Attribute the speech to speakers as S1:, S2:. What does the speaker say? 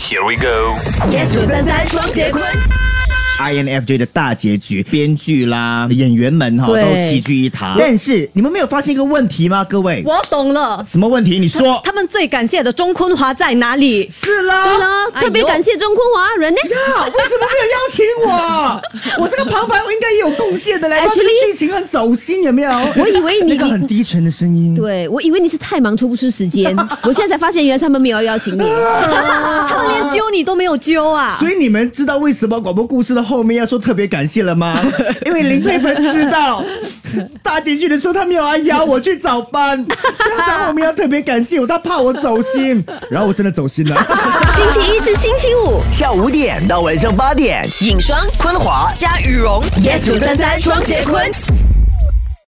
S1: Here we go。
S2: yes 五三三双节棍。
S3: INFJ 的大结局，编剧啦、演员们哈
S2: 对
S3: 都齐聚一堂。但是你们没有发现一个问题吗？各位，
S2: 我懂了，
S3: 什么问题？你说
S2: 他们最感谢的钟坤华在哪里？啊
S3: 是啦。
S4: 对了，特别感谢钟坤华人呢。
S3: 呀，为什么没有邀请我？我这个旁白我应该也有贡献的嘞。
S4: Actually-
S3: 这个剧情很走心，有没有？我
S4: 以为你
S3: 那个很低沉的声音。
S4: 对，我以为你是太忙抽不出时 间，我现在才发现原来是他们没有要邀请你。
S2: 他们连揪你都没有揪啊！
S3: 所以你们知道为什么广播故事的后面要说特别感谢了吗？因为林佩芬知道大结局的时候，他没有来邀我去早班，所以他讲我们要特别感谢我，他怕我走心，然后我真的走心了。
S5: 星期一至星期五，
S6: 下午五点到晚上八点，
S5: 影双
S6: 昆华
S5: 加羽绒
S2: yes 五三三双节棍。